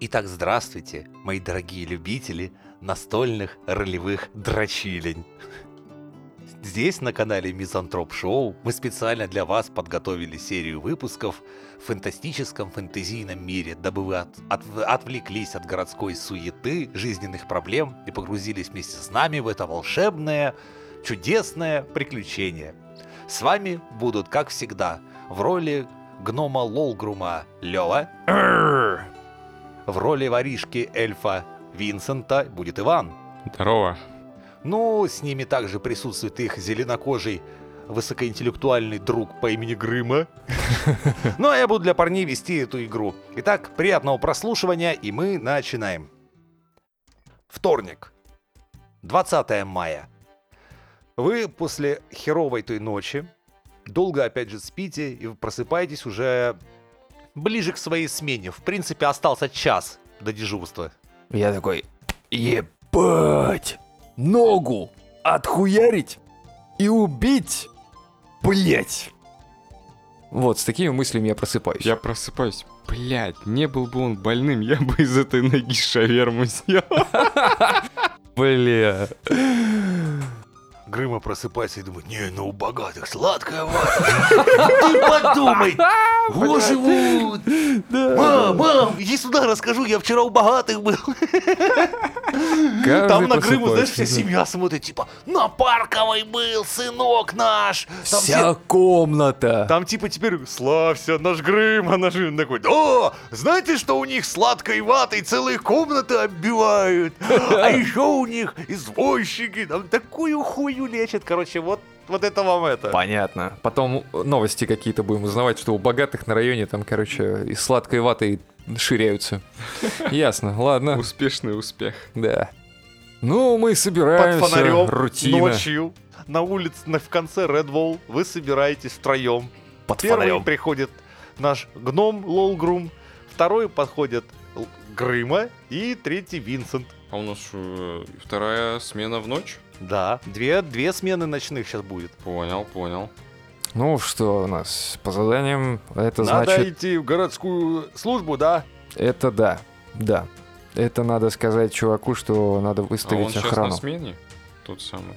Итак, здравствуйте, мои дорогие любители настольных ролевых дрочилень. Здесь, на канале Мизантроп Шоу, мы специально для вас подготовили серию выпусков в фантастическом фэнтезийном мире, дабы вы от- от- отвлеклись от городской суеты, жизненных проблем и погрузились вместе с нами в это волшебное, чудесное приключение. С вами будут, как всегда, в роли гнома Лолгрума Лева, в роли воришки эльфа Винсента будет Иван. Здорово. Ну, с ними также присутствует их зеленокожий высокоинтеллектуальный друг по имени Грыма. Ну, а я буду для парней вести эту игру. Итак, приятного прослушивания, и мы начинаем. Вторник, 20 мая. Вы после херовой той ночи долго опять же спите и просыпаетесь уже ближе к своей смене. В принципе, остался час до дежурства. Я такой, ебать, ногу отхуярить и убить, блять. Вот, с такими мыслями я просыпаюсь. Я просыпаюсь. Блять, не был бы он больным, я бы из этой ноги шаверму съел. бля. Грыма просыпается и думает, не, ну у богатых сладкая вата. Ты подумай, во живут. Мам, мам, иди сюда, расскажу, я вчера у богатых был. Там на Грыму, знаешь, вся семья смотрит, типа, на Парковой был, сынок наш. Там все- Вся комната. Там типа теперь славься, наш Грым, а наш Грым такой, да, знаете, что у них сладкой ватой целые комнаты оббивают, а еще у них извозчики, там такую хую лечат, короче, вот, вот это вам это. Понятно. Потом новости какие-то будем узнавать, что у богатых на районе там, короче, и сладкой ватой ширяются. Ясно, ладно. Успешный успех. Да. Ну, мы под собираемся. фонарем Рутина. ночью на улице на, в конце Red Wall вы собираетесь втроем. Под Первый фонарем. приходит наш гном Лолгрум, второй подходит Л- Грыма и третий Винсент. А у нас э, вторая смена в ночь? Да, две, две смены ночных сейчас будет. Понял, понял. Ну, что у нас по заданиям? Это Надо значит... идти в городскую службу, да? Это да, да. Это надо сказать чуваку, что надо А он выставить сейчас на охрану. смене? Тот самый.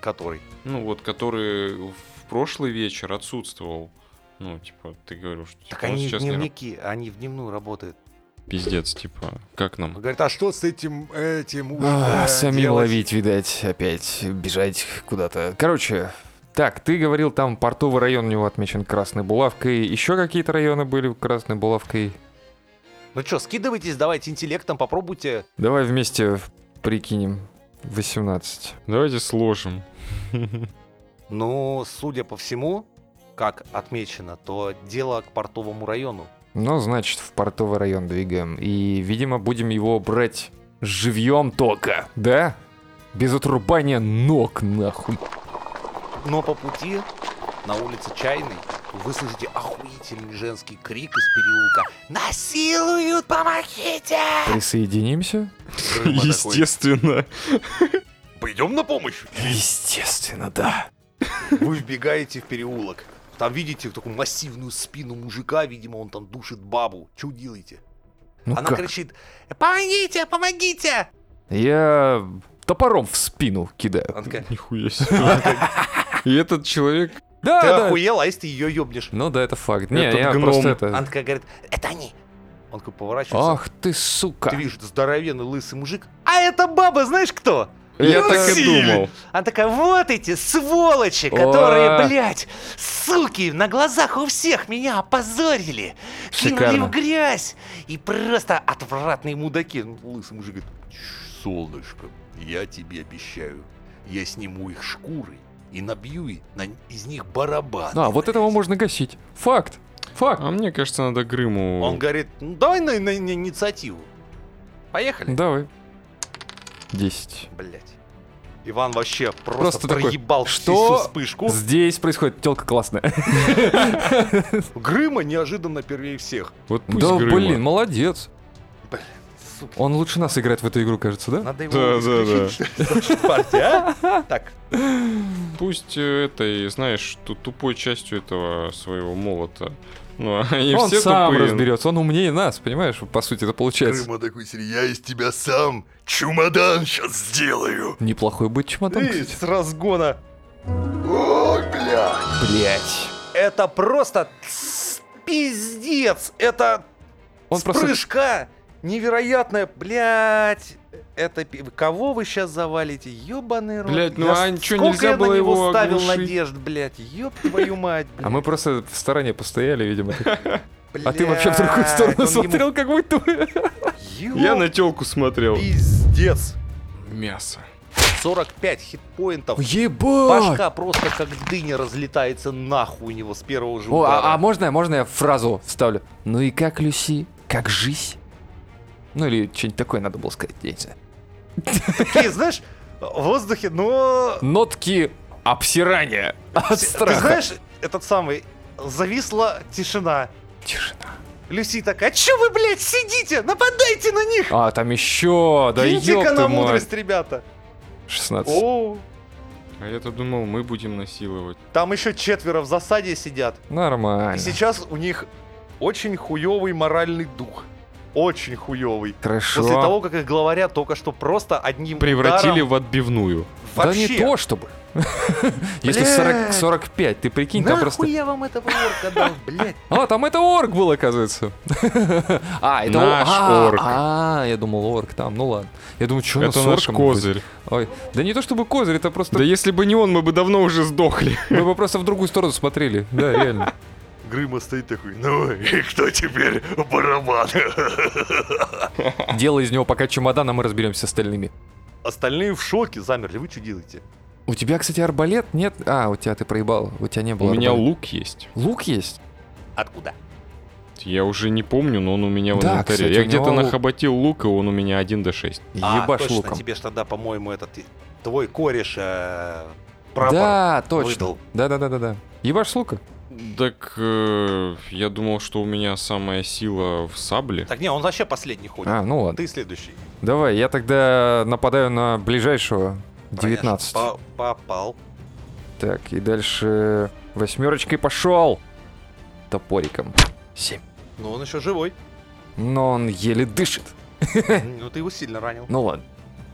Который? Ну вот, который в прошлый вечер отсутствовал. Ну, типа, ты говорил, что Так типа, он они сейчас не раб- дневники, они в дневную работают. Пиздец, типа, как нам? Говорит, а что с этим, этим уж, А, э, самим делать?» ловить, видать, опять бежать куда-то. Короче, так, ты говорил, там портовый район у него отмечен красной булавкой. Еще какие-то районы были красной булавкой. Ну что, скидывайтесь, давайте интеллектом попробуйте. Давай вместе прикинем. 18. Давайте сложим. Ну, судя по всему, как отмечено, то дело к портовому району. Ну, значит, в портовый район двигаем. И, видимо, будем его брать живьем только, да? Без отрубания ног, нахуй. Но по пути на улице Чайной вы слышите охуительный женский крик из переулка «Насилуют! Помогите!» Присоединимся? Грыма такой, Естественно. Пойдем на помощь! Естественно, да. Вы вбегаете в переулок. Там видите такую массивную спину мужика, видимо, он там душит бабу. Че делаете? Ну Она как? кричит «Помогите! Помогите!» Я топором в спину Она кидаю. такая, Нихуя себе. И этот человек... Да, Ты да. охуел, а если ты ее ебнешь? Ну да, это факт. Не, Этот я гном. просто это... Она такая говорит «Это они!» Он такой поворачивается. Ах ты, сука. Ты видишь, здоровенный лысый мужик. А это баба, знаешь кто? Я так и Василий. думал. Она такая, вот эти сволочи, которые, О. блядь, суки, на глазах у всех меня опозорили. Кинули Шикарно. в грязь. И просто отвратные мудаки. Ну, Лысый мужик говорит, «Чш, солнышко, я тебе обещаю, я сниму их шкуры и набью и- на- из них барабан. А, вот этого можно гасить. Факт. Факт. А мне кажется, надо Грыму... Он говорит, ну давай на, на- на инициативу. Поехали. Давай. 10. Блядь. Иван вообще просто, Просто такой, проебал «Что всю вспышку. Здесь происходит телка классная. Грыма неожиданно первее всех. Вот пусть Да, Грыма. блин, молодец. Сука. Он лучше нас играет в эту игру, кажется, да? Надо его Да, да, да. исключить из партии, а? Так, Пусть э, этой, знаешь, ту- тупой частью этого своего молота Ну, они он все сам тупые. разберется, он умнее нас, понимаешь? По сути, это получается. Крыма такой, «Сири, я из тебя сам чумодан сейчас сделаю. Неплохой будет чемодан, Ты кстати. А с разгона. Ой, бля. Блять. Это просто тс- пиздец. Это Он просто... вспышка. Невероятная, блядь. Это пи- кого вы сейчас завалите? Ёбаный рот. Блядь, ну Я а с- ничего, сколько нельзя я было на него его ставил оглушить? надежд, блядь. Ёб твою мать, блядь. А мы просто в стороне постояли, видимо. А ты Блядь, вообще в другую он сторону ему- смотрел, как будто бы. Ёб Я на телку смотрел. Пиздец. Мясо. 45 хитпоинтов. Ебать! Башка просто как дыня разлетается нахуй у него с первого же О, удара. а, а можно, я- можно я фразу вставлю? Ну и как, Люси, как жизнь? Ну или что-нибудь такое надо было сказать, я не знаю. Такие, знаешь, в воздухе, но... Нотки обсирания от Ты страха. знаешь, этот самый, зависла тишина. Тишина. Люси такая, а чё вы, блядь, сидите? Нападайте на них! А, там еще, да ёб Киньте-ка ты на мать. мудрость, ребята! 16. О, А я-то думал, мы будем насиловать. там еще четверо в засаде сидят. И Нормально. сейчас у них очень хуёвый моральный дух. Очень хуёвый. Хорошо. После того, как их главаря только что просто одним Превратили ударом в отбивную. Да вообще... не то чтобы. Если Блядь. 40, 45, ты прикинь, там Нахуй просто... я вам этого орка дал, блядь? А, там это орк был, оказывается. А, это о- Наш а, орк. А, я думал, орк там, ну ладно. Я думаю, что Это наш козырь. Ой, да не то чтобы козырь, это просто... Да если бы не он, мы бы давно уже сдохли. Мы бы просто в другую сторону смотрели. Да, реально. Грыма стоит такой, ну и кто теперь барабан? Делай из него пока чемодан, а мы разберемся с остальными. Остальные в шоке замерли, вы что делаете? У тебя, кстати, арбалет нет? А, у тебя ты проебал. У тебя не было У меня арбалета. лук есть. Лук есть? Откуда? Я уже не помню, но он у меня в Да, инвентаре. кстати, у я него где-то лук. нахоботил лук, и он у меня 1 до 6. а, Ебашь точно, луком. тебе ж тогда, по-моему, этот и- твой кореш э, прапор Да, точно. выдал. Да-да-да-да-да. Ебашь с лука. Так э, я думал, что у меня самая сила в сабле. Так не, он вообще последний ходит. А, ну ладно. Ты следующий. Давай, я тогда нападаю на ближайшего. 19. Понятно. По- Попал. Так, и дальше восьмерочкой пошел. Топориком. 7. Но Ну, он еще живой. Но он еле дышит. Ну ты его сильно ранил. Ну ладно.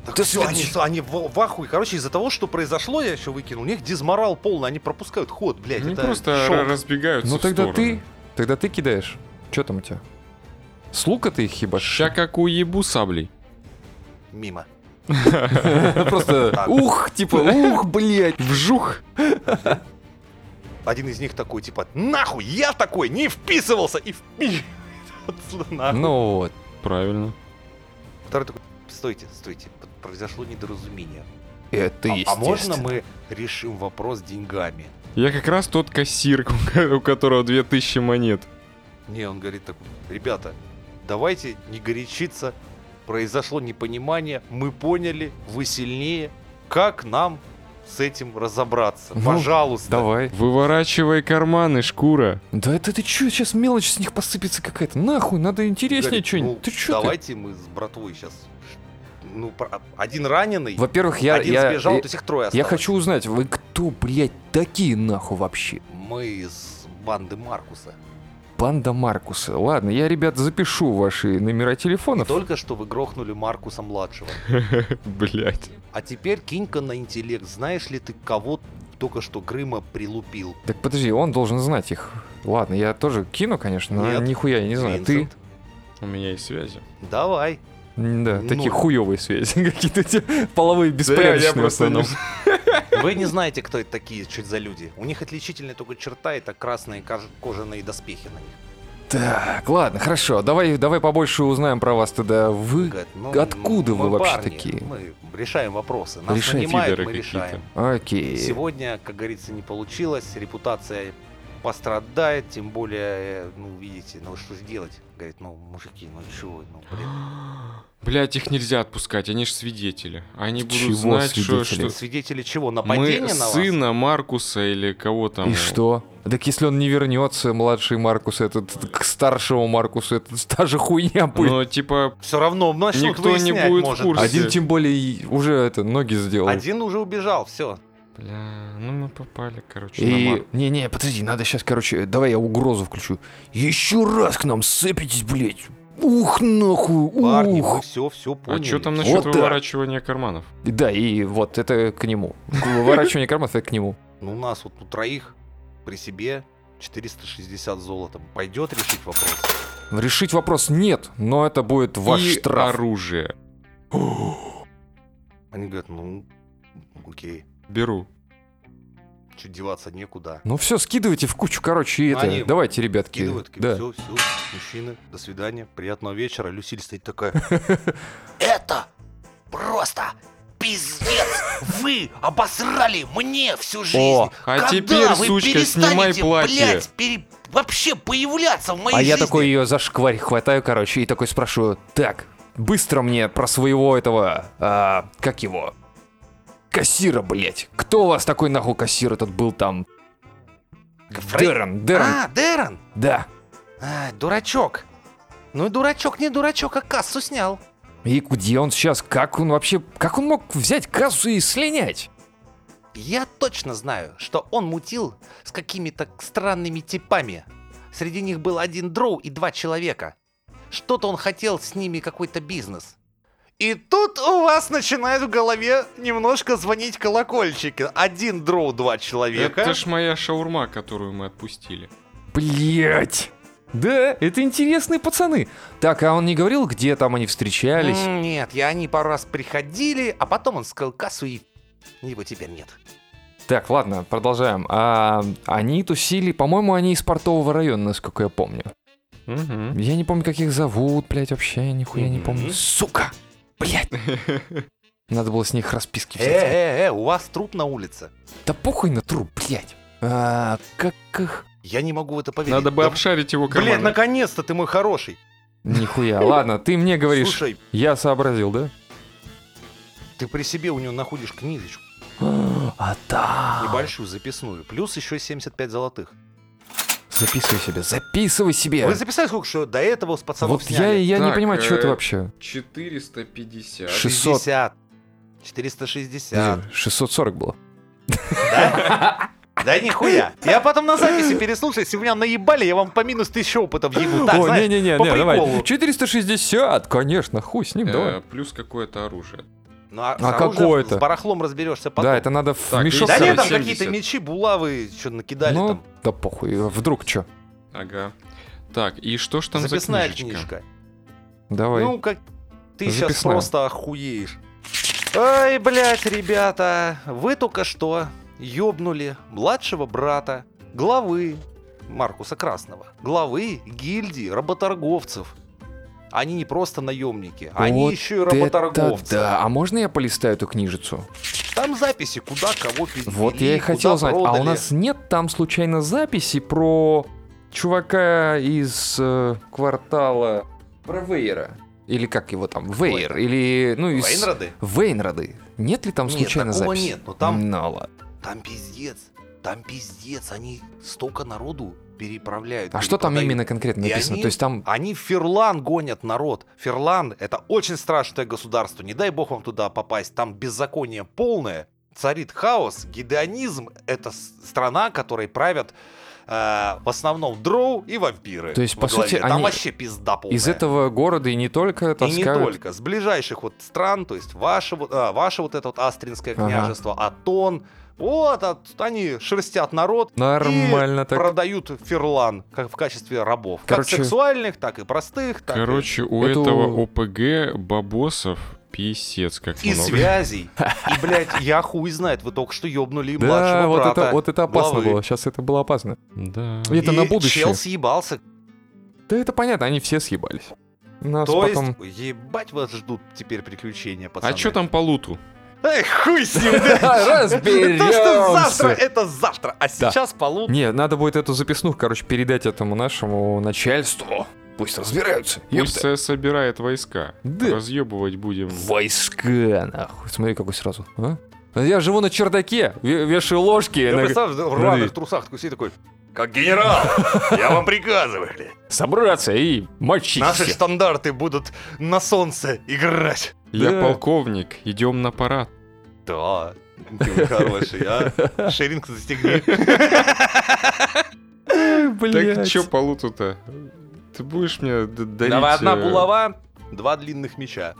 Так Ты всё, они, следующий. они в, в ахуе. Короче, из-за того, что произошло, я еще выкинул. У них дизморал полный, они пропускают ход, блядь. Они это просто шок. ра- разбегаются Ну в тогда стороны. ты, тогда ты кидаешь. Что там у тебя? С лука ты их ебашь? Ща как уебу саблей. Мимо. Просто Так. ух, типа, ух, блядь, вжух. Один из них такой, типа, нахуй, я такой не вписывался и впи. Нахуй. Ну вот. Правильно. Второй такой, стойте, стойте, п- произошло недоразумение. Это А- а, можно естественно. мы решим вопрос деньгами? Я как раз тот кассир, у ко- у которого 2000 монет. Не, он говорит такой, ребята, давайте не горячиться, произошло непонимание, мы поняли, вы сильнее, как нам с этим разобраться? Ну, Пожалуйста. Давай. Выворачивай карманы, шкура. Да это ты чё, сейчас мелочь с них посыпется какая-то. Нахуй, надо интереснее Говорит, что-нибудь. «Ну, ты чё ты? Давайте мы с братвой сейчас. Ну, про- один раненый, Во-первых, я, один я, сбежал, я, то есть их трое я осталось. хочу узнать, вы кто, блядь, такие нахуй вообще? Мы из банды Маркуса. Банда Маркуса. Ладно, я, ребят, запишу ваши номера И телефонов. только что вы грохнули Маркуса младшего. Блять. А теперь кинь-ка на интеллект, знаешь ли ты, кого только что Грыма прилупил? Так подожди, он должен знать их. Ладно, я тоже кину, конечно, но Нет. нихуя я не знаю. Ты Винсент? У меня есть связи. Давай. М, да, Ну. такие хуёвые связи какие-то те половые беспорядочные в основном. Вы не знаете, кто это такие, что это за люди. У них отличительная только черта, это красные кож- кожаные доспехи на них. Так, ладно, хорошо. Давай, давай побольше узнаем про вас тогда. Вы Говорят, ну, Откуда мы вы вообще парни, такие? Мы решаем вопросы. Нас Решайте, нанимают, пидоры мы какие-то. решаем. Окей. Сегодня, как говорится, не получилось, репутация пострадает, тем более, э, ну, видите, ну что сделать? Говорит, ну, мужики, ну чего, ну, блин. Блять, их нельзя отпускать, они же свидетели. Они будут Чего знать, что- свидетели? что... Свидетели чего? Нападение Мы на вас? сына Маркуса или кого там. И что? Так если он не вернется, младший Маркус этот к старшему Маркусу, это та же хуйня будет. Ну, типа, Все равно начнут Никто не выяснять, будет в может. курсе. Один тем более и уже это ноги сделал. Один уже убежал, все. Бля, ну мы попали, короче, на И... мар- Не-не, подожди, надо сейчас, короче, давай я угрозу включу. Еще раз к нам сцепитесь, блядь. Ух, нахуй, Парни, мы ух. все, все поняли. А что там насчет Вот так. выворачивания карманов? Да, и вот это к нему. Выворачивание карманов это к нему. Ну, у нас вот у троих при себе 460 золотом. Пойдет решить вопрос? Решить вопрос нет, но это будет ваш И штраф. оружие. Они говорят, ну, окей. Беру. Чуть деваться некуда. Ну все, скидывайте в кучу, короче, и Ну, это. они Давайте, ребятки. Кидывают, такие, да. все, все, мужчины, до свидания, приятного вечера. Люсиль стоит такая, это просто пиздец! Вы обосрали мне всю жизнь! О, А Когда теперь, вы сучка, снимай перестанете, платье. блядь, пере- вообще появляться в моей а я жизни? такой ее за шкварь хватаю, короче, и такой спрашиваю, так, быстро мне про своего этого, а, как его, кассира, блять. Кто у вас такой нахуй кассир этот был там? Фрей- Дэрон, Дэрон, А, Дэрон! да. А, дурачок. Ну и дурачок не дурачок, а кассу снял. И где он сейчас? Как он вообще, как он мог взять кассу и слинять? Я точно знаю, что он мутил с какими-то странными типами. Среди них был один дроу и два человека. Что-то он хотел с ними какой-то бизнес. И тут у вас начинает в голове немножко звонить колокольчики. Один дроу, два человека. Это ж моя шаурма, которую мы отпустили. Блять. Да, это интересные пацаны. Так, а он не говорил, где там они встречались? М, Нет, я они пару раз приходили, а потом он сказал кассу и его теперь нет. Так, ладно, продолжаем. А, они тусили, по-моему, они из портового района, насколько я помню. Угу. Я не помню, как их зовут, блядь, вообще я нихуя не Мгм. помню. Сука! Блядь! Надо было с них расписки взять. Э-э-э, у вас труп на улице. Да похуй на труп, блядь! А, как их? Я не могу в это поверить. Надо бы Да обшарить его Блин, карманы. наконец-то ты мой хороший. Нихуя. Ладно, ты мне говоришь, Слушай, я сообразил, да? ты при себе у него находишь книжечку А да. небольшую записную, плюс еще 75 золотых. Записывай себе, записывай себе. Вы записали сколько, что до этого с пацанов Вот я, сняли? я не Так, понимаю, что э, это вообще. 450. Ш- 60. 460. Блин, 640 было. Да нихуя. Я потом на записи переслушаю, если меня наебали, я вам по минус 1000 опытов ебу. ну Так, О, знаешь, не-не-не, по не, давай. приколу. 460, конечно, хуй с ним, давай. Э, Плюс какое-то оружие. Ну, а, с А оружием, какое-то? С барахлом разберешься потом. Да, это надо в Так, мешок и- Да Сорок нет, сорвать. там 70. какие-то мечи, булавы, что накидали ну, там. да похуй, вдруг что? Ага. Так, и что ж там Записная за книжечка? книжка. Давай. Ну, как ты сейчас Записная. просто охуеешь. Ай, блядь, ребята, вы только что ёбнули младшего брата, главы Маркуса Красного, главы гильдии работорговцев. Они не просто наемники, они Вот еще и это работорговцы. да. А можно я полистаю эту книжицу? Там записи, куда кого перевели, Вот я и куда хотел знать. А продали. у нас нет там случайно записи про чувака из э, квартала... Про Вейера. Или как его там? Вейер. Вейер. Или... Ну, из... Вейнроды? Вейнроды. Нет ли там Нет, случайно такого записи? нет, но там- Ну ладно. Там пиздец, там пиздец, они столько народу переправляют. А что там перепродают. именно конкретно И написано? они- То есть там... Они в Ферлан гонят народ. Ферлан — это очень страшное государство. Не дай бог вам туда попасть. Там беззаконие полное. Царит хаос. Гедеонизм — это с- страна, которой правят э, в основном дроу и вампиры. То есть, во по главе. сути, Там они вообще пизда полная. Из этого города и не только И не таскают... только. С ближайших вот стран, то есть ваше, вот- а, ваше вот это вот Астринское Ага. княжество, Атон, вот а, тут они шерстят народ, Нормально Ну, так. продают ферлан как в качестве рабов. Короче- как сексуальных, так и простых. так и- Короче, у Эту- этого ОПГ бабосов писец как и много. связей. И, блядь, я хуй знает, вы только что ёбнули и младшего Да, вот брата. это, вот это опасно главы. было. Сейчас это было опасно. Да. И- Это И на будущее. чел съебался. Да это понятно, они все съебались. Нас То потом... есть, ебать вас ждут теперь приключения, пацаны. А что там по луту? Эй, хуй с ним, да. То, что завтра, Разберемся. это завтра. А сейчас полу... Не, надо будет эту записную, короче, передать этому нашему начальству. Пусть разбираются. Пусть ёпта. со- собирает войска. Да. Разъебывать будем. Войска, нахуй. Смотри, какой сразу. а? А Я живу на чердаке, ве- вешаю ложки. Я на- представь, в рваных трусах такой сидит такой... Как генерал, я вам приказываю, блядь. Собраться и мочить Наши всех. стандарты будут на солнце играть. Я Да. полковник, идем на парад. Да, Ты мой хороший, а? Шеринг застегни. Так чё по луту-то? Ты будешь мне д- дарить... Давай одна э, булава, два длинных меча.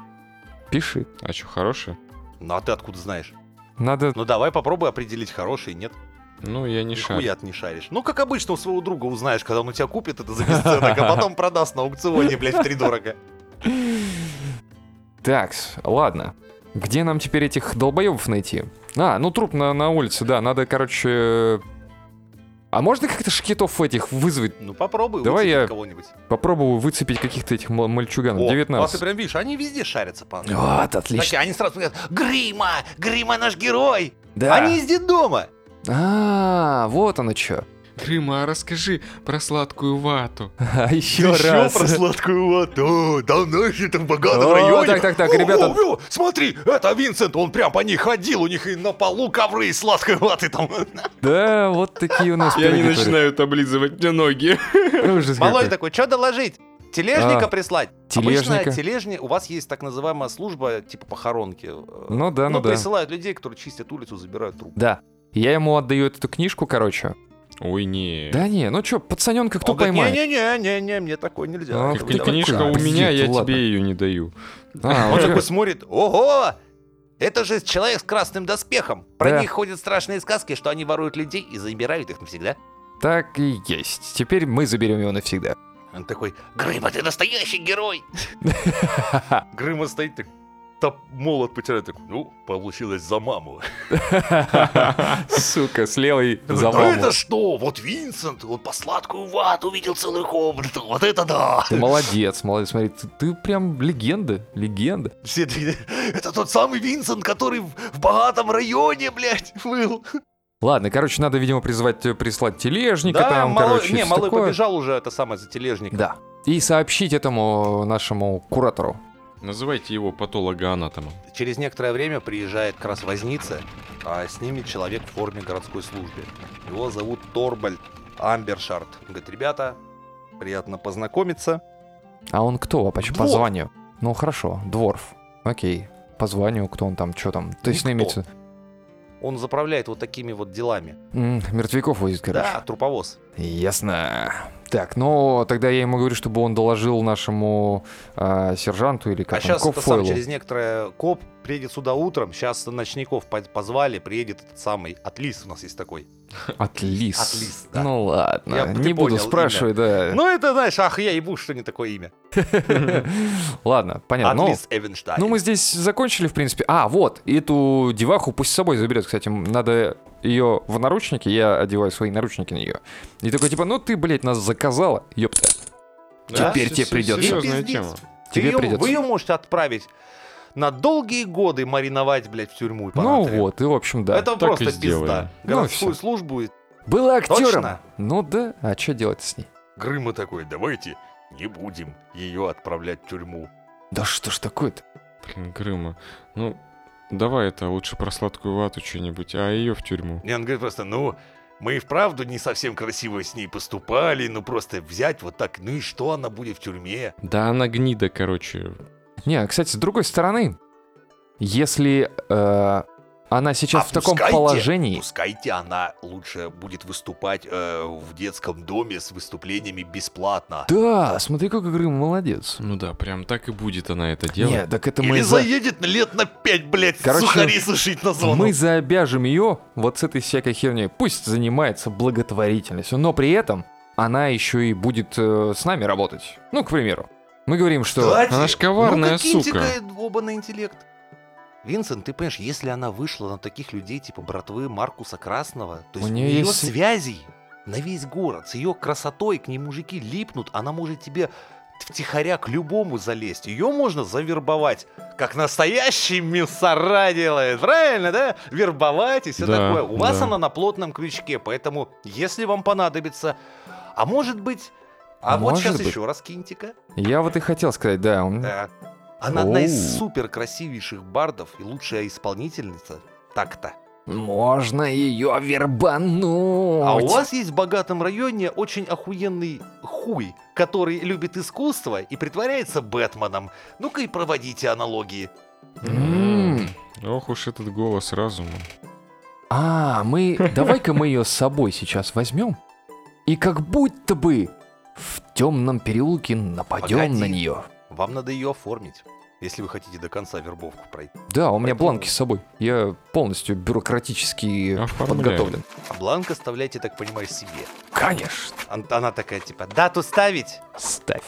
Пиши. А что, хороший? Ну а ты откуда знаешь? Надо... Ну давай попробуй определить, хороший, нет? Ну, я не шарю. Нихуя ты не шаришь. Ну, как обычно, у своего друга узнаешь, когда он у тебя купит это за бесценок, а потом продаст на аукционе, блядь, в дорого. Так, ладно. Где нам теперь этих долбоебов найти? А, ну труп на, на улице, да. Надо, короче... А можно как-то шкетов этих вызвать? Ну, попробуй Давай выцепить я кого-нибудь. Попробую выцепить каких-то этих ма- мальчуганов. О, А 19. ты прям видишь, они везде шарятся, пан. Вот, отлично. Такие, они сразу говорят, Грима, Грима наш герой, да. а они из детдома. А, вот оно что. Крыма, а расскажи про сладкую вату. А еще Ещё раз. про сладкую воду, давно же там в богатом О, районе. так, так, так, О, ребята. о, о, смотри, это Винсент, он прям по ней ходил, у них и на полу ковры из сладкой ваты там. Да, вот такие у нас Я не пироги творят. начинают облизывать мне ноги. Ужас Малой какой. такой, что доложить? Тележника А, прислать? тележника. Обычно тележни... у вас есть так называемая служба типа похоронки. э, Ну да, ну но да. присылают людей, которые чистят улицу, забирают труп. Да. Я ему отдаю эту книжку, короче. Ой, не. Да не, ну чё, пацаненка А кто поймает? Не-не-не-не, мне такое нельзя. А, Я Как говорю, не ты «Давай, книжка давай». у меня, я Пиздец, ладно. тебе ее не даю. А, Он вот такой как- смотрит, ого, это же человек с красным доспехом. Про Да. них ходят страшные сказки, что они воруют людей и забирают их навсегда. Так и есть. Теперь мы заберем его навсегда. Он такой, Грыма, ты настоящий герой. Грыма стоит так, топ молот потирает, такой, ну, получилось за маму. Сука, с левой за Ну маму. это что? Вот Винсент, он по сладкую вату увидел целую комнату. Вот это да! Ты молодец, молодец. Смотри, ты, ты прям легенда, легенда. Все такие, это тот самый Винсент, который в, в богатом районе, блядь, был. Ладно, короче, надо, видимо, призвать, э, прислать тележника там, короче, не, всё малой такое. побежал уже, это самое, за тележник. Да. И сообщить этому нашему куратору. Называйте его патологоанатомом. Через некоторое время приезжает как раз возница, а с ними человек в форме городской службы. Его зовут Торбальд Амбершарт. Он Говорит, ребята, приятно познакомиться. А он кто? По, по Дворф. званию? Ну хорошо, дворф. Окей. По званию, кто он там, что там? То есть ну, Никто. имеется... Он заправляет вот такими вот делами. М, Мертвяков возит, Да, короче. труповоз. Ясно. Так, ну тогда я ему говорю, чтобы он доложил нашему э, сержанту или А как он, сейчас это сам Копфойлу. через некоторое коп приедет сюда утром. Сейчас ночников по- позвали, приедет этот самый Атлис у нас есть такой. Отлис. Отлис, да. Ну ладно, Я- ты не буду понял, спрашивать, да. Ну это знаешь, ах я ебу, что не такое имя. ладно, понятно. Ну, Атлис Эвенштайн. ну мы здесь закончили, в принципе. А, вот, эту деваху пусть с собой заберет, кстати, м, надо ее в наручники, я одеваю свои наручники на нее. И такой, типа, ну ты, блядь, нас заказала, ёпта. Да, Теперь се- тебе се- придётся. Серьезная Пиздец. тема. Ты Тебе её- придется. Вы ее можете отправить на долгие годы мариновать, блядь, в тюрьму. и по Ну натрию. вот, и в общем, да. Это так просто и сделаем. пизда. Ну, Городскую всё. службу и Было актером. Точно? Ну да, а что делать с ней? Грыма такой, давайте не будем ее отправлять в тюрьму. Да что ж такое-то? Блин, Грыма. Ну, давай это лучше про сладкую вату что-нибудь, а ее в тюрьму. И он говорит просто, ну, мы и вправду не совсем красиво с ней поступали, ну просто взять вот так, ну и что она будет в тюрьме? Да она гнида, короче. Не, а, кстати, с другой стороны, если э, она сейчас в таком Отпускайте, положении, А Пускайте она лучше будет выступать э, в детском доме с выступлениями бесплатно. да, смотри, как Грым молодец. Ну да, прям так и будет она это делать. Нет, так это мы Или за... заедет на лет на пять, блядь, Короче, сухари сушить на зону. А мы заобяжем ее вот с этой всякой херней. Пусть занимается благотворительностью, но при этом она еще и будет э, с нами работать. Ну, к примеру, мы говорим, что Кстати, Она ж коварная ну, какие сука. тебе оба на интеллект. Винсент, ты понимаешь, если она вышла на таких людей типа братвы Маркуса Красного, то У есть у неё нее есть св- связей на весь город, с ее красотой к ней мужики липнут, она может тебе втихаря к любому залезть. Ее можно завербовать, как настоящий мусора делает, правильно, да? Вербовать и все Да, такое. У вас да. она на плотном крючке, поэтому если вам понадобится, а может быть, а вот Может сейчас быть. еще раз киньте-ка. я вот и хотел сказать, да, у меня- Да. Э, Она одна из Оу. супер красивейших бардов и лучшая исполнительница. Так-то. можно ее вербануть. А у вас есть в богатом районе очень охуенный хуй, который любит искусство и притворяется Бэтменом. Ну-ка и проводите аналогии. М, М-м-м. Ох уж этот голос разума. А, мы... Давай-ка мы ее с собой сейчас возьмем. И как будто бы в темном переулке нападем Погоди. на нее. Вам надо ее оформить, если вы хотите до конца вербовку пройти. Да, у меня Поэтому- бланки с собой. Я полностью бюрократически Оформляем. подготовлен. А бланк оставляйте, так понимаю, себе. Конечно. Ан- Она такая, типа, дату ставить? Ставь.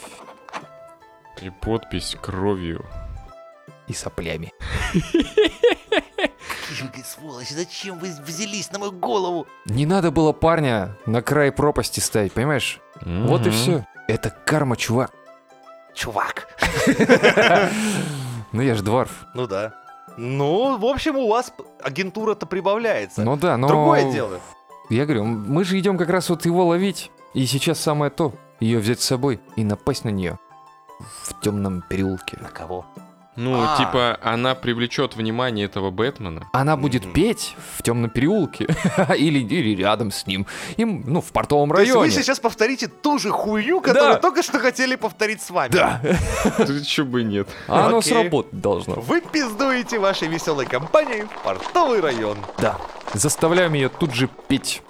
И подпись кровью. И соплями. Какие вы, сволочи, зачем вы взялись на мою голову? Не надо было парня на край пропасти ставить, понимаешь? Вот и Мгм. все. Это карма, чувак. Чувак. Ну я же дворф. Ну да. Ну, в общем, у вас п- агентура-то прибавляется. Ну да, но... Другое дело. Я говорю, м- мы же идем как раз вот его ловить. И сейчас самое то. Ее взять с собой и напасть на нее. В темном переулке. На кого? Ну, А. типа, она привлечет внимание этого Бэтмена. Она будет Мгм. петь в темном переулке. или, или рядом с ним. Им, ну, в портовом То есть вы районе. сейчас повторите ту же хуйню, которую Да. только что хотели повторить с вами. Да. Ты чё бы нет. А оно Окей. сработать должно. Вы пиздуете вашей веселой компанией в портовый район. Да. Заставляем ее тут же петь.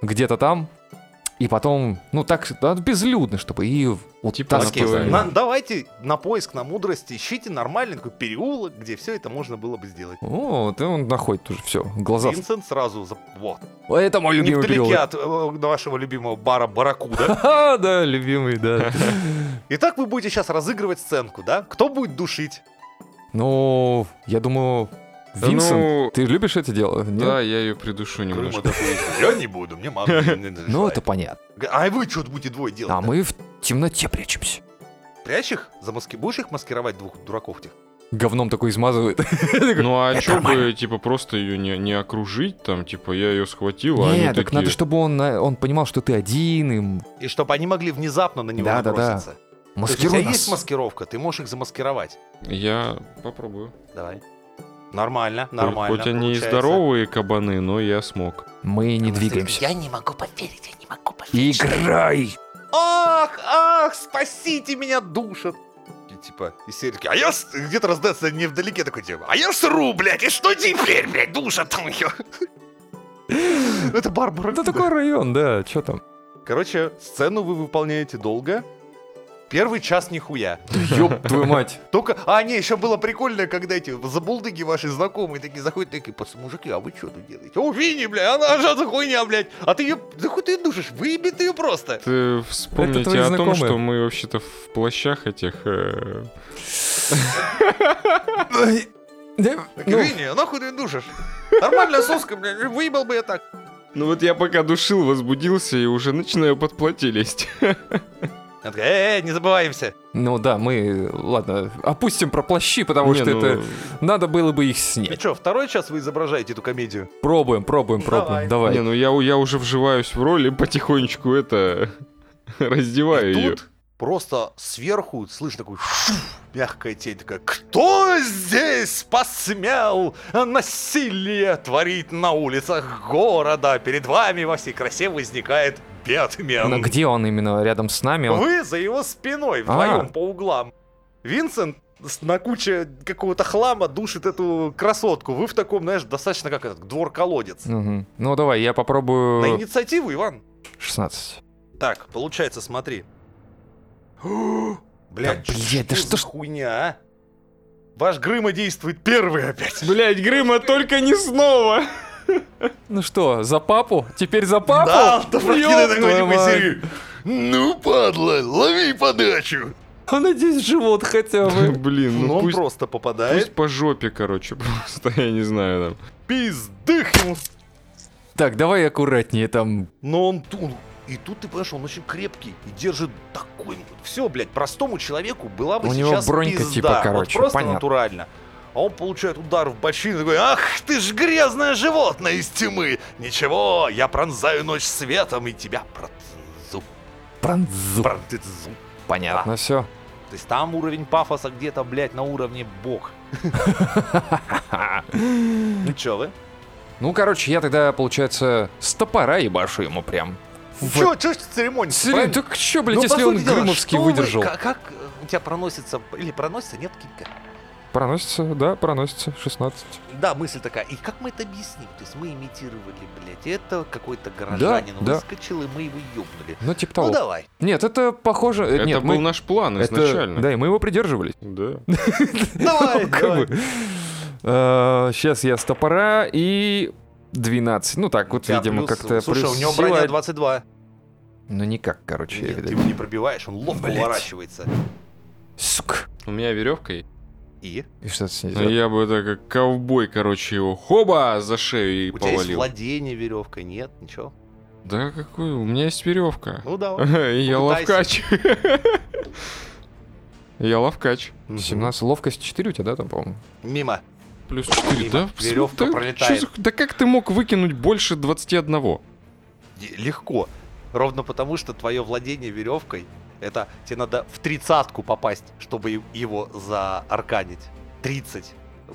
Где-то там. И потом, ну так, да, безлюдно, чтобы и вот Типа так Окей, сказали. На- давайте на поиск, на мудрость ищите нормальный такой переулок, где все это можно было бы сделать. О, ты он находит уже все. Глаза. Винсент сразу за... Вот. Это мой любимый Невдалеке переулок. от э, вашего любимого бара Баракуда. А, да, любимый, да. Итак, вы будете сейчас разыгрывать сценку, да? Кто будет душить? Ну, я думаю, Да Винсент, ну, ты любишь это дело? Нет? Да, я ее придушу Крыма немножко. такой, я не буду, мне мама не- не Ну, разрешает». это понятно. А вы что будете двое делать? А мы в темноте прячемся. Прячь их? Замаски... Будешь их маскировать, двух дураков тех? Говном такой измазывает. Ну а Это чё бы, нормально. типа, просто ее не, не окружить, там, типа, я ее схватил, а они Нет, так такие, надо, чтобы он, на- он понимал, что ты один, и И чтобы они могли внезапно на него Да-да-да. наброситься. То есть у маскируй тебя а есть нас. маскировка, ты можешь их замаскировать. я попробую. Давай. Нормально, Хоть- нормально. Хоть они и получается. здоровые кабаны, но я смог. Мы не Я двигаемся. не могу поверить, я не могу поверить. Играй! Ах, ах, спасите меня, душат. И типа, и все такие, а я с- где-то раздаться не вдалеке такой, типа, а я сру, блядь, и что теперь, блядь, душат там ее. Это Барбара. Это такой район, да, что там? Короче, сцену вы выполняете долго. Первый час нихуя. Ёб твою мать. Только, а, не, еще было прикольно, когда эти забулдыги ваши знакомые такие заходят, такие, пац, мужики, а вы что тут делаете? О, Винни, бля, она же за хуйня, блядь. А ты ее, за хуй ты душишь, выеби ты ее просто. Ты вспомните твои о том, знакомые. что мы вообще-то в плащах этих... э, ну, Такие, Винни, а нахуй ты её душишь? Нормальная соска, блядь, выебал бы я так. Ну вот я пока душил, возбудился и уже начинаю под платье лезть. Она такая, э, э, не забываемся. Ну да, мы, ладно, опустим про плащи, потому Не, что ну, это... Надо было бы их И снять. что, второй час вы изображаете эту комедию? Пробуем, пробуем, Давай. пробуем. Давай. Не, ну я, у- я уже вживаюсь в роли, потихонечку это... Раздеваю И ее. тут просто сверху слышно такой шуф, мягкая тень такая, кто здесь посмел насилие творить на улицах города? Перед вами во всей красе возникает Но Бэтмен. где он именно? Рядом с нами? Он... Вы за его спиной, вдвоем А. по углам. Винсент с- на куче какого-то хлама душит эту красотку. Вы в таком, знаешь, достаточно как этот двор-колодец. Мгм. Ну давай, я На попробую... инициативу, Иван. 16. Так, получается, смотри. Блядь, Да, ч- блядь, да за что ж- хуйня, а? Ваш Грыма действует первый опять. Блять, Грыма, только не снова! Ну что, за папу? Теперь за папу? Да, да, прокидай Ёб такой твою типа из мать. серии. Ну, падла, лови подачу. А надеюсь, живот хотя бы. Блин, Ну, ну он пусть... просто а? попадает. Пусть по жопе, короче, просто, я не знаю, там. Пиздых ему. Так, давай аккуратнее там. Но он тут. И тут ты понимаешь, он очень крепкий и держит такой. Все, блядь, простому человеку была бы У него сейчас бронька пизда. типа, Вот короче, просто понятно. натурально. А он получает удар в бочину и такой, ах, ты ж грязное животное из тьмы. Ничего, я пронзаю ночь светом и тебя пронзу, Пронзу. пронзу. Понятно, все. То есть там уровень пафоса где-то, блядь, на уровне бог. Ну чё вы? Ну, короче, я тогда, получается, с топора ебашу ему прям. В- Чё, чё ж церемонить? Смотри, так что, блядь, Ну, по если он сути дела, Грымовский что вы- выдержал? ка- как э, у тебя проносится, или проносится, нет, Китка? Проносится, да, проносится. 16. Да, мысль такая. И как мы это объясним? То есть мы имитировали, блядь, это какой-то горожанин да. выскочил, и мы его ёбнули. Ну, типа того. Ну давай. Нет, это похоже... э, Это Нет, был мы- наш план это- изначально. Да, и мы его придерживались. Да. Давай, Ну, давай. Сейчас Э, я с топора и 12. Ну так У вот, тебя видимо, плюс- как-то Слушай, плюс у него сила- броня 22. Ну никак, короче. Нет, типа. ты видать. его не пробиваешь, он ловко Блядь. уворачивается. Сук. У меня веревка. и- И? И что с ней Ну, делать? Я бы это как ковбой, короче, его хоба за шею и У тебя есть повалил. владение веревкой, нет, ничего. Да какой? У меня есть веревка. Ну давай. Я ловкач. попытайся. Я ловкач. 17. Ловкость 4 у тебя, да, там, по-моему? Мимо. Плюс 4, Мимо. да? Веревка Да пролетает. чё за- Да как ты мог выкинуть больше 21? Е- Легко. Ровно потому, что твое владение веревкой, это тебе надо в тридцатку попасть, чтобы е- его заарканить. 30.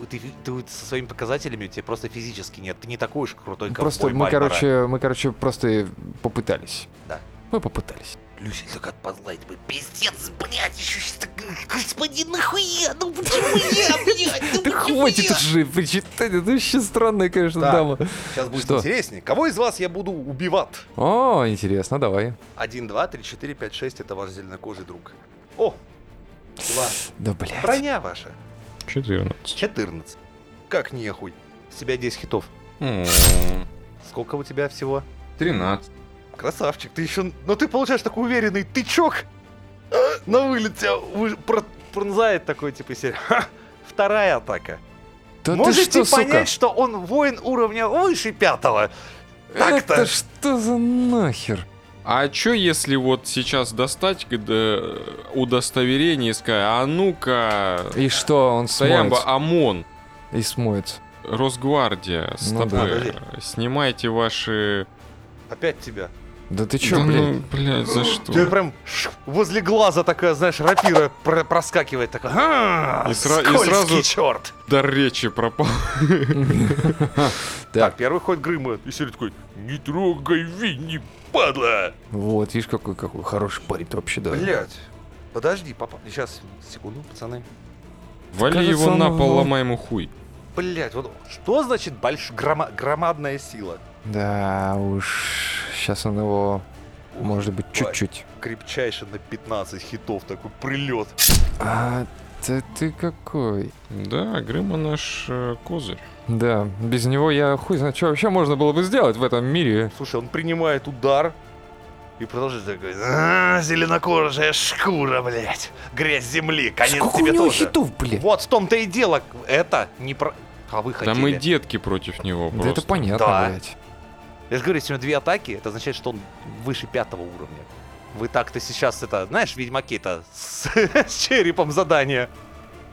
Ты, ты вот со своими показателями тебе просто физически нет. Ты не такой уж крутой ковбой Просто мы, Мальборо. короче, мы, короче, просто попытались. Да. Мы попытались. Люсиль так отпазлает. Пиздец, блядь, еще щас так... Господин, нахуя? Ну почему я, блядь? Ну Да почему хватит я?» уже причитать, это вообще странная, конечно, Да. дама. Сейчас будет Что? интереснее. Кого из вас я буду убивать? О, интересно, давай. 1, 2, 3, 4, 5, 6. Это ваш зеленокожий друг. О! Два. Да, блядь. Броня ваша. 14. 14. Как нехуй. С тебя 10 хитов. Сколько у тебя всего? 13. Красавчик, ты еще... Но ты получаешь такой уверенный тычок. А, На вылет тебя вы- про- пронзает такой, типа, из серии, «Ха, Вторая атака. Да ты Можете что, сука? понять, что он воин уровня выше пятого? Так-то. Это что за нахер? А чё, если вот сейчас достать г- да, удостоверение и сказать, а ну-ка, И что, он Саямба, смоется? ОМОН, а- И смоется. Росгвардия, Ну СТБ, да. Подожди. снимайте ваши... Опять тебя. Да ты чё, Да блядь? ну, блядь, за что? Тебе прям ш- возле глаза такая, знаешь, рапира про- проскакивает такая. «А, И сра- и скользкий сразу- черт. До речи пропал. Так, первый ход Грыма. И Сири такой, не трогай Винни, падла. Вот, видишь, какой какой хороший парень вообще, да. Блять. Подожди, папа. Сейчас, секунду, пацаны. Вали Кажется, его на он- пол, ломай ему хуй. Блять, вот что значит больш... грома- громадная сила? Да уж, сейчас он его, может быть, чуть-чуть. Крепчайше на 15 хитов такой прилет. А, ты, ты какой? Да, Грыма наш э, козырь. Да, без него я хуй знает, что вообще можно было бы сделать в этом мире. Слушай, он принимает удар и продолжает такой, «А, зеленокожая шкура, блять. Грязь земли, конец Сколько у тебе него тоже. хитов, блядь? Вот в том-то и дело, это не про... А вы хотели. Там и детки против него Да это просто. понятно, Да. блядь. Я же говорю, если у него две атаки, это означает, что он выше пятого уровня. Вы так-то сейчас это, знаешь, ведьмаки-то с, с черепом задание.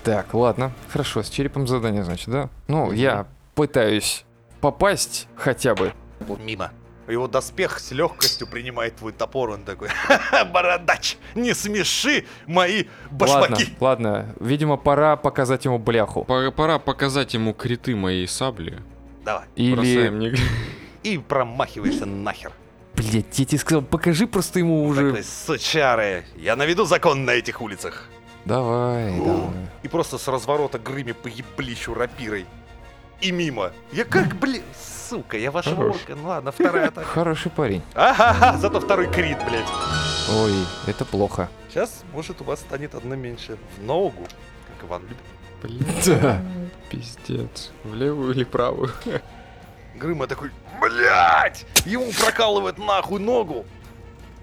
Так, ладно, хорошо, с черепом задание, значит, да? Ну, я пытаюсь попасть хотя бы. Мимо. Его доспех с легкостью принимает твой топор, он такой, «Ха-ха, бородач, не смеши мои башмаки. Ладно, ладно, видимо, пора показать ему бляху. Пора- Пора показать ему криты моей сабли. Давай. Или, Бросаем, не гля- И промахиваешься нахер. блядь, я тебе сказал, покажи просто ему Такой, уже. сучары, я наведу закон на этих улицах. Давай, О. давай. И просто с разворота Грыми по еблищу рапирой. И мимо. Я как, блин, сука, я вашего Хорош. орка. Ну ладно, вторая атака. Хороший парень. Ага, зато второй крит, блядь. Ой, это плохо. Сейчас, может, у вас станет одна меньше. В ногу, как Иван любит. Блин, Да. пиздец. В левую или правую? Грыма такой, блядь! Ему прокалывают нахуй ногу.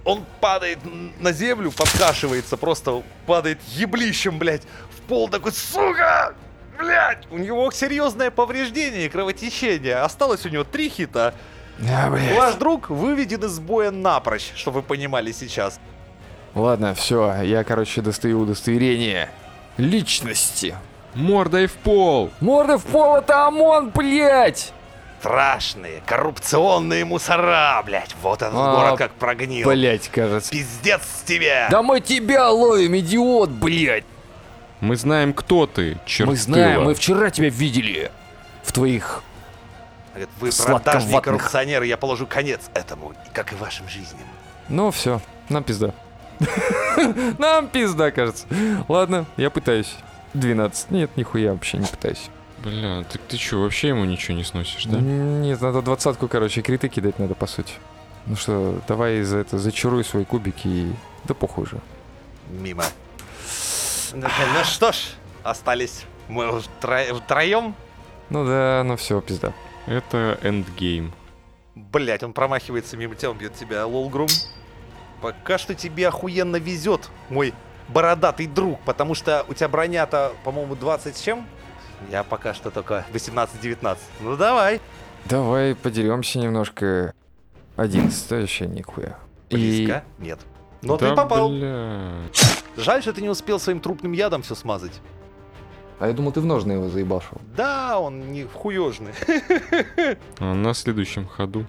Он падает н- на землю, подкашивается, просто падает еблищем, блядь, в пол такой, сука! Блядь! У него серьезное повреждение и кровотечение. Осталось у него три хита. А, блядь. Ваш друг выведен из боя напрочь, чтобы вы понимали сейчас. Ладно, все, я, короче, достаю удостоверение личности. Мордой в пол! Морды в пол, это ОМОН, блядь! Страшные, коррупционные мусора, блядь. Вот он, А, город как прогнил. Блядь, кажется. Пиздец с тебя! Да мы тебя ловим, идиот, блядь! Мы знаем, кто ты, чертыла. Мы знаем, мы вчера тебя видели в твоих... Говорит, вы Сладковатных. продажные коррупционеры, я положу конец этому, и как и вашим жизням. Ну, все, нам пизда. Нам пизда, кажется. Ладно, я пытаюсь. 12. Нет, нихуя вообще не пытаюсь. Бля, так ты чё, вообще ему ничего не сносишь, да? Ну. Нет, надо двадцатку, короче, криты кидать надо, по сути. Ну что, давай за это зачаруй свои кубики и... Да похуй же. Мимо. Ну, ну что ж, остались мы втроем. Ну да, ну все, пизда. Это эндгейм. Блять, он промахивается мимо тебя, он бьет тебя, Лолгрум. Пока что тебе охуенно везет, мой бородатый друг, потому что у тебя броня-то, по-моему, 20 с чем? Я пока что только 18-19. Ну давай. Давай подеремся немножко. 11, вообще нихуя. Близко? Нет. Ну, Но Да, ты попал. бля. Жаль, что ты не успел своим трупным ядом все смазать. А я думал, ты в ножны его заебашил. Да, он не хуёжный. А на следующем ходу.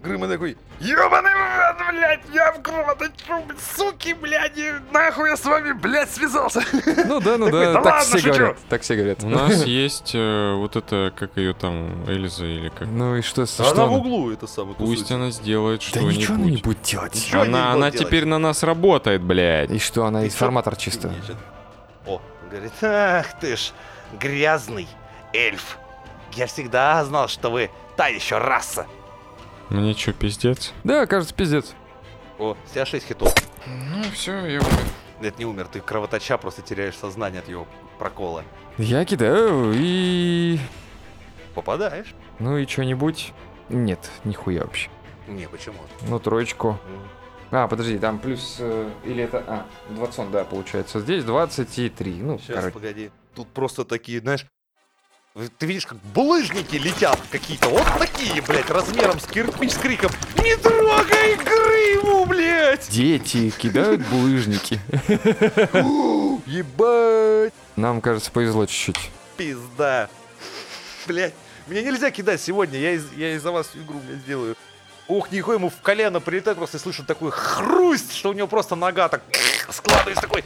Грыма такой, ёбаный в рот, блядь, я в а кровоточу, суки, блядь, и нахуй я с вами, блядь, связался. Ну да, ну Такой, «Да да, так ладно, все шучу!» говорят. Так все говорят. У нас есть э, вот это, как ее там, Эльза или как. Ну и что, с- что Она в она- углу это самое Пусть она сделает Да ничего она не что-нибудь. будет делать. Ничего не Она, будет она делать. теперь на нас работает, блядь. И что, она Ты информатор чисто. Фигничает. О, говорит, ах ты ж, грязный эльф. Я всегда знал, что вы та еще раса. Мне чё, пиздец? Да, кажется, пиздец. О, с тебя 6 хитов. Ну все, я Нет, не умер, ты кровоточа, просто теряешь сознание от его прокола. Я кидаю и... Попадаешь? Ну и что-нибудь. Нет, нихуя вообще. Не, почему? Ну, троечку. М. А, подожди, там плюс... э, или это... А, 20, да, получается. Здесь 23. Ну, Сейчас, короче. погоди. Тут просто такие, знаешь, вы- ты видишь, как булыжники летят какие-то, вот такие, блядь, размером с кирпич с криком «Не трогай Грыму, блядь!» Дети кидают булыжники. Ебать! Нам, кажется, повезло чуть-чуть. Пизда! Блядь, мне нельзя кидать сегодня, я, из- я из-за вас игру, блядь, сделаю. Ух, нихуя ему в колено прилетает, просто слышу такой хрусть, что у него просто нога так складывается такой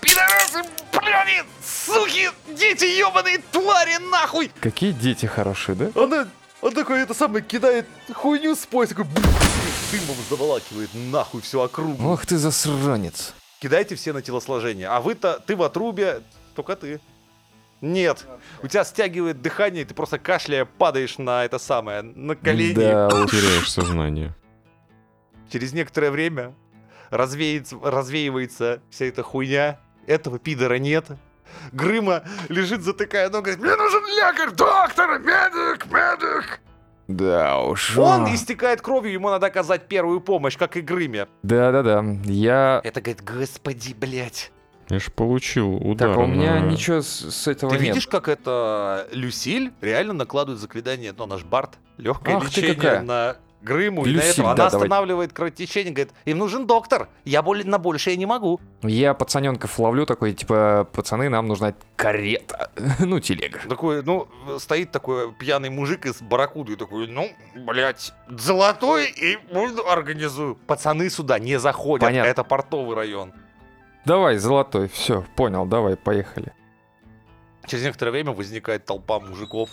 «Пидорасы, пляни, суки, дети ебаные, твари, нахуй!» Какие дети хорошие, да? Она, он такой, это самое, кидает хуйню с пояса, такой «Бф», дымом заволакивает нахуй всю округу. Ох ты засранец. Кидайте все на телосложение, а вы-то, ты в отрубе, только ты. Нет, у тебя стягивает дыхание, и ты просто кашляя падаешь на это самое, на колени. Да уж. Теряешь сознание. Через некоторое время развеется, развеивается вся эта хуйня, этого пидора нет. Грыма лежит, затыкая ногу, говорит, мне нужен лекарь, доктор, медик, медик. Да уж. А. Он истекает кровью, ему надо оказать первую помощь, как и Грыме. Да-да-да. Я... Это говорит, господи, блядь. Я ж получил удар. Так, а у меня на- ничего с, с этого ну, Ты нет. видишь, как это Люсиль реально накладывает заклинание, Ну, но наш Барт, легкое Ах ты лечение какая. на Грыму, и на Люсиль, этого да, она давай. останавливает кровотечение, говорит, им нужен доктор, я более, на больше я не могу. Я пацаненков ловлю такой, типа, пацаны, нам нужна карета. ну, телега. Такой, ну, стоит такой пьяный мужик из баракуды, такой, ну, блядь, золотой и ну, организую. Пацаны сюда не заходят, Понятно. это портовый район. Давай, золотой, все, понял, давай, поехали. Через некоторое время возникает толпа мужиков,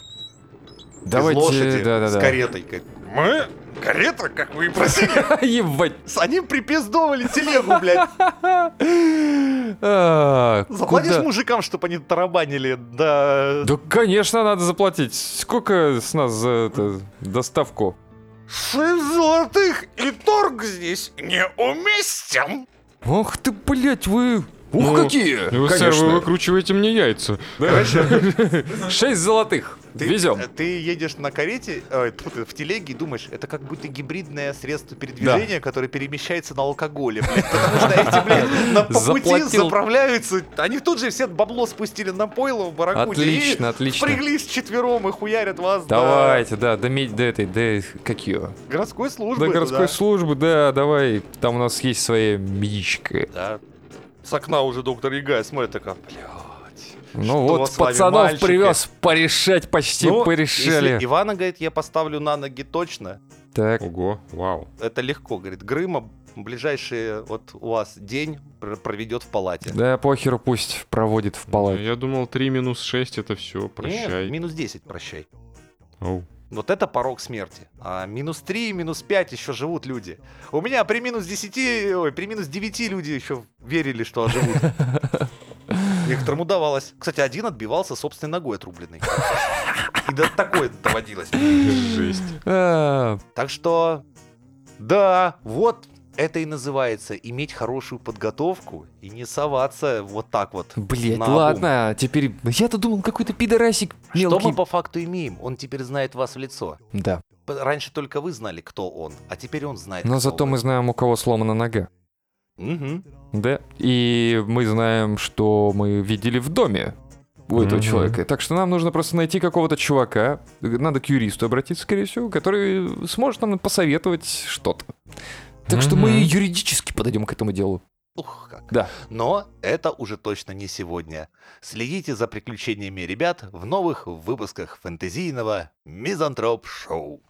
Давайте, без лошади, с да-да-да. каретой. Говорит, Мы? Карета, как вы и просили. Ебать. С- Они припиздовали телегу, блядь. А, Заплатишь куда? мужикам, чтобы они тарабанили до... Да, конечно, надо заплатить. Сколько с нас за это, доставку? Шесть золотых, и торг здесь неуместен. Ах ты, блядь, вы... Ух, Ну, какие! Ну, сэр, вы выкручиваете мне яйца. Шесть золотых. Везем. э, Ты едешь на карете, ой, тьфу ты, в телеге и думаешь, это как будто гибридное средство передвижения, которое перемещается на алкоголе. блядь, Потому что эти, блядь, на- по пути Заплатил. заправляются. Они тут же все бабло спустили на пойло в баракуде. и Отлично, отлично. Впряглись четвером и хуярят вас Давайте, да, до, ме- до этой, до как её? до городской службы. До да. городской службы, да, давай. Там у нас есть своя медичка. Да. С окна уже доктор Яга смотрит такая, блядь. Ну Что вот, с вами, пацанов мальчики? привез порешать, почти Ну, порешали. если Ивана, говорит, я поставлю на ноги точно. Так, Ого, вау. Это легко, говорит. Грыма ближайший вот у вас день пр- проведет в палате. да похеру пусть проводит в палате. Я думал, 3 минус 6 это все, Нет, прощай. минус 10, прощай. Оу. Вот это порог смерти. А минус 3, минус 5 еще живут люди. У меня при минус 10, ой, при минус 9 люди еще верили, что оживут. Некоторым удавалось. Кстати, один отбивался собственной ногой отрубленной. И до такое доводилось. Жесть. А, Так что, да, вот это и называется иметь хорошую подготовку и не соваться вот так вот. Блять, наобум. ладно, теперь... Я-то думал, какой-то пидорасик Что мелкий. мы по факту имеем? Он теперь знает вас в лицо. Да, П- Раньше только вы знали, кто он, а теперь он знает. но кто зато вы. мы знаем, у кого сломана нога. Мгм. Да, и мы знаем, что мы видели в доме у этого Мгм. человека. Так что нам нужно просто найти какого-то чувака, надо к юристу обратиться, скорее всего, который сможет нам посоветовать что-то. Так что мы Мгм. юридически подойдем к этому делу. Ух, как. Да. Но это уже точно не сегодня. Следите за приключениями ребят в новых выпусках фэнтезийного Мизантроп Шоу.